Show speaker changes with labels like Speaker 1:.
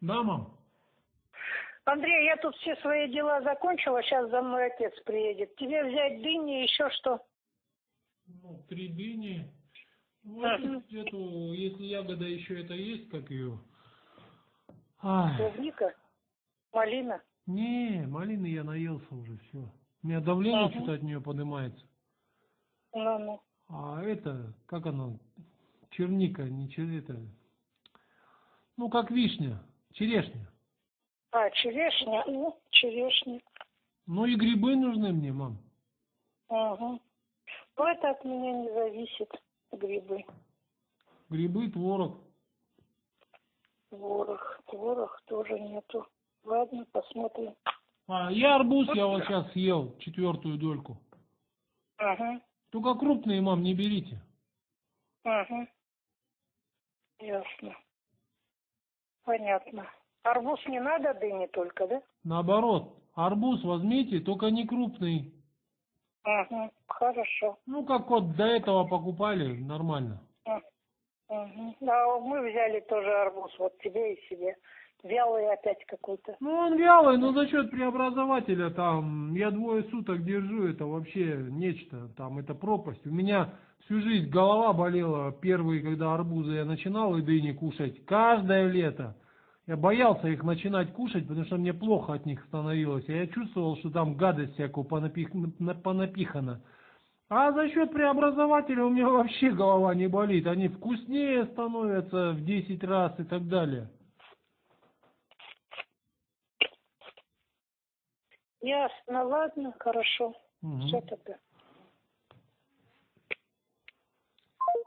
Speaker 1: Да, мам?
Speaker 2: Андрей, я тут все свои дела закончила, сейчас за мной отец приедет. Тебе взять дыни, еще что?
Speaker 1: Ну, три дыни. Вот
Speaker 2: Да.
Speaker 1: эту, если ягода еще это есть, как ее. Ай,
Speaker 2: Клубника? Малина?
Speaker 1: не, малины я наелся уже, все. У меня давление
Speaker 2: Ага.
Speaker 1: что-то от нее поднимается.
Speaker 2: Ну, ну.
Speaker 1: А это, как оно, черника, не чер... это, ну, как вишня, черешня.
Speaker 2: А, черешня? Ну, черешня.
Speaker 1: Ну и грибы нужны мне, мам.
Speaker 2: Угу. Ну, это от меня не зависит. Грибы.
Speaker 1: Грибы, творог.
Speaker 2: Творог. Творог тоже нету. Ладно, посмотрим.
Speaker 1: А, я арбуз, я вот сейчас съел четвертую дольку.
Speaker 2: Ага,
Speaker 1: Только крупные, мам, не берите.
Speaker 2: ага. Ясно. Понятно. Арбуз не надо, дыни только, да?
Speaker 1: Наоборот, арбуз возьмите, только не крупный.
Speaker 2: Ага, хорошо.
Speaker 1: Ну, как вот до этого покупали, нормально.
Speaker 2: Мгм. А мы взяли тоже арбуз, вот тебе и себе. Вялый опять какой-то.
Speaker 1: Ну, он вялый, но за счет преобразователя там, я двое суток держу, это вообще нечто, там, это пропасть. У меня всю жизнь голова болела, первые, когда арбузы я начинал и дыни кушать, каждое лето. Я боялся их начинать кушать, потому что мне плохо от них становилось. Я чувствовал, что там гадость всякую понапих- на- понапихана. А за счет преобразователя у меня вообще голова не болит. Они вкуснее становятся в 10 раз и так далее.
Speaker 2: Ясно, ладно, хорошо. ну,
Speaker 1: Мгм.
Speaker 2: Все тогда.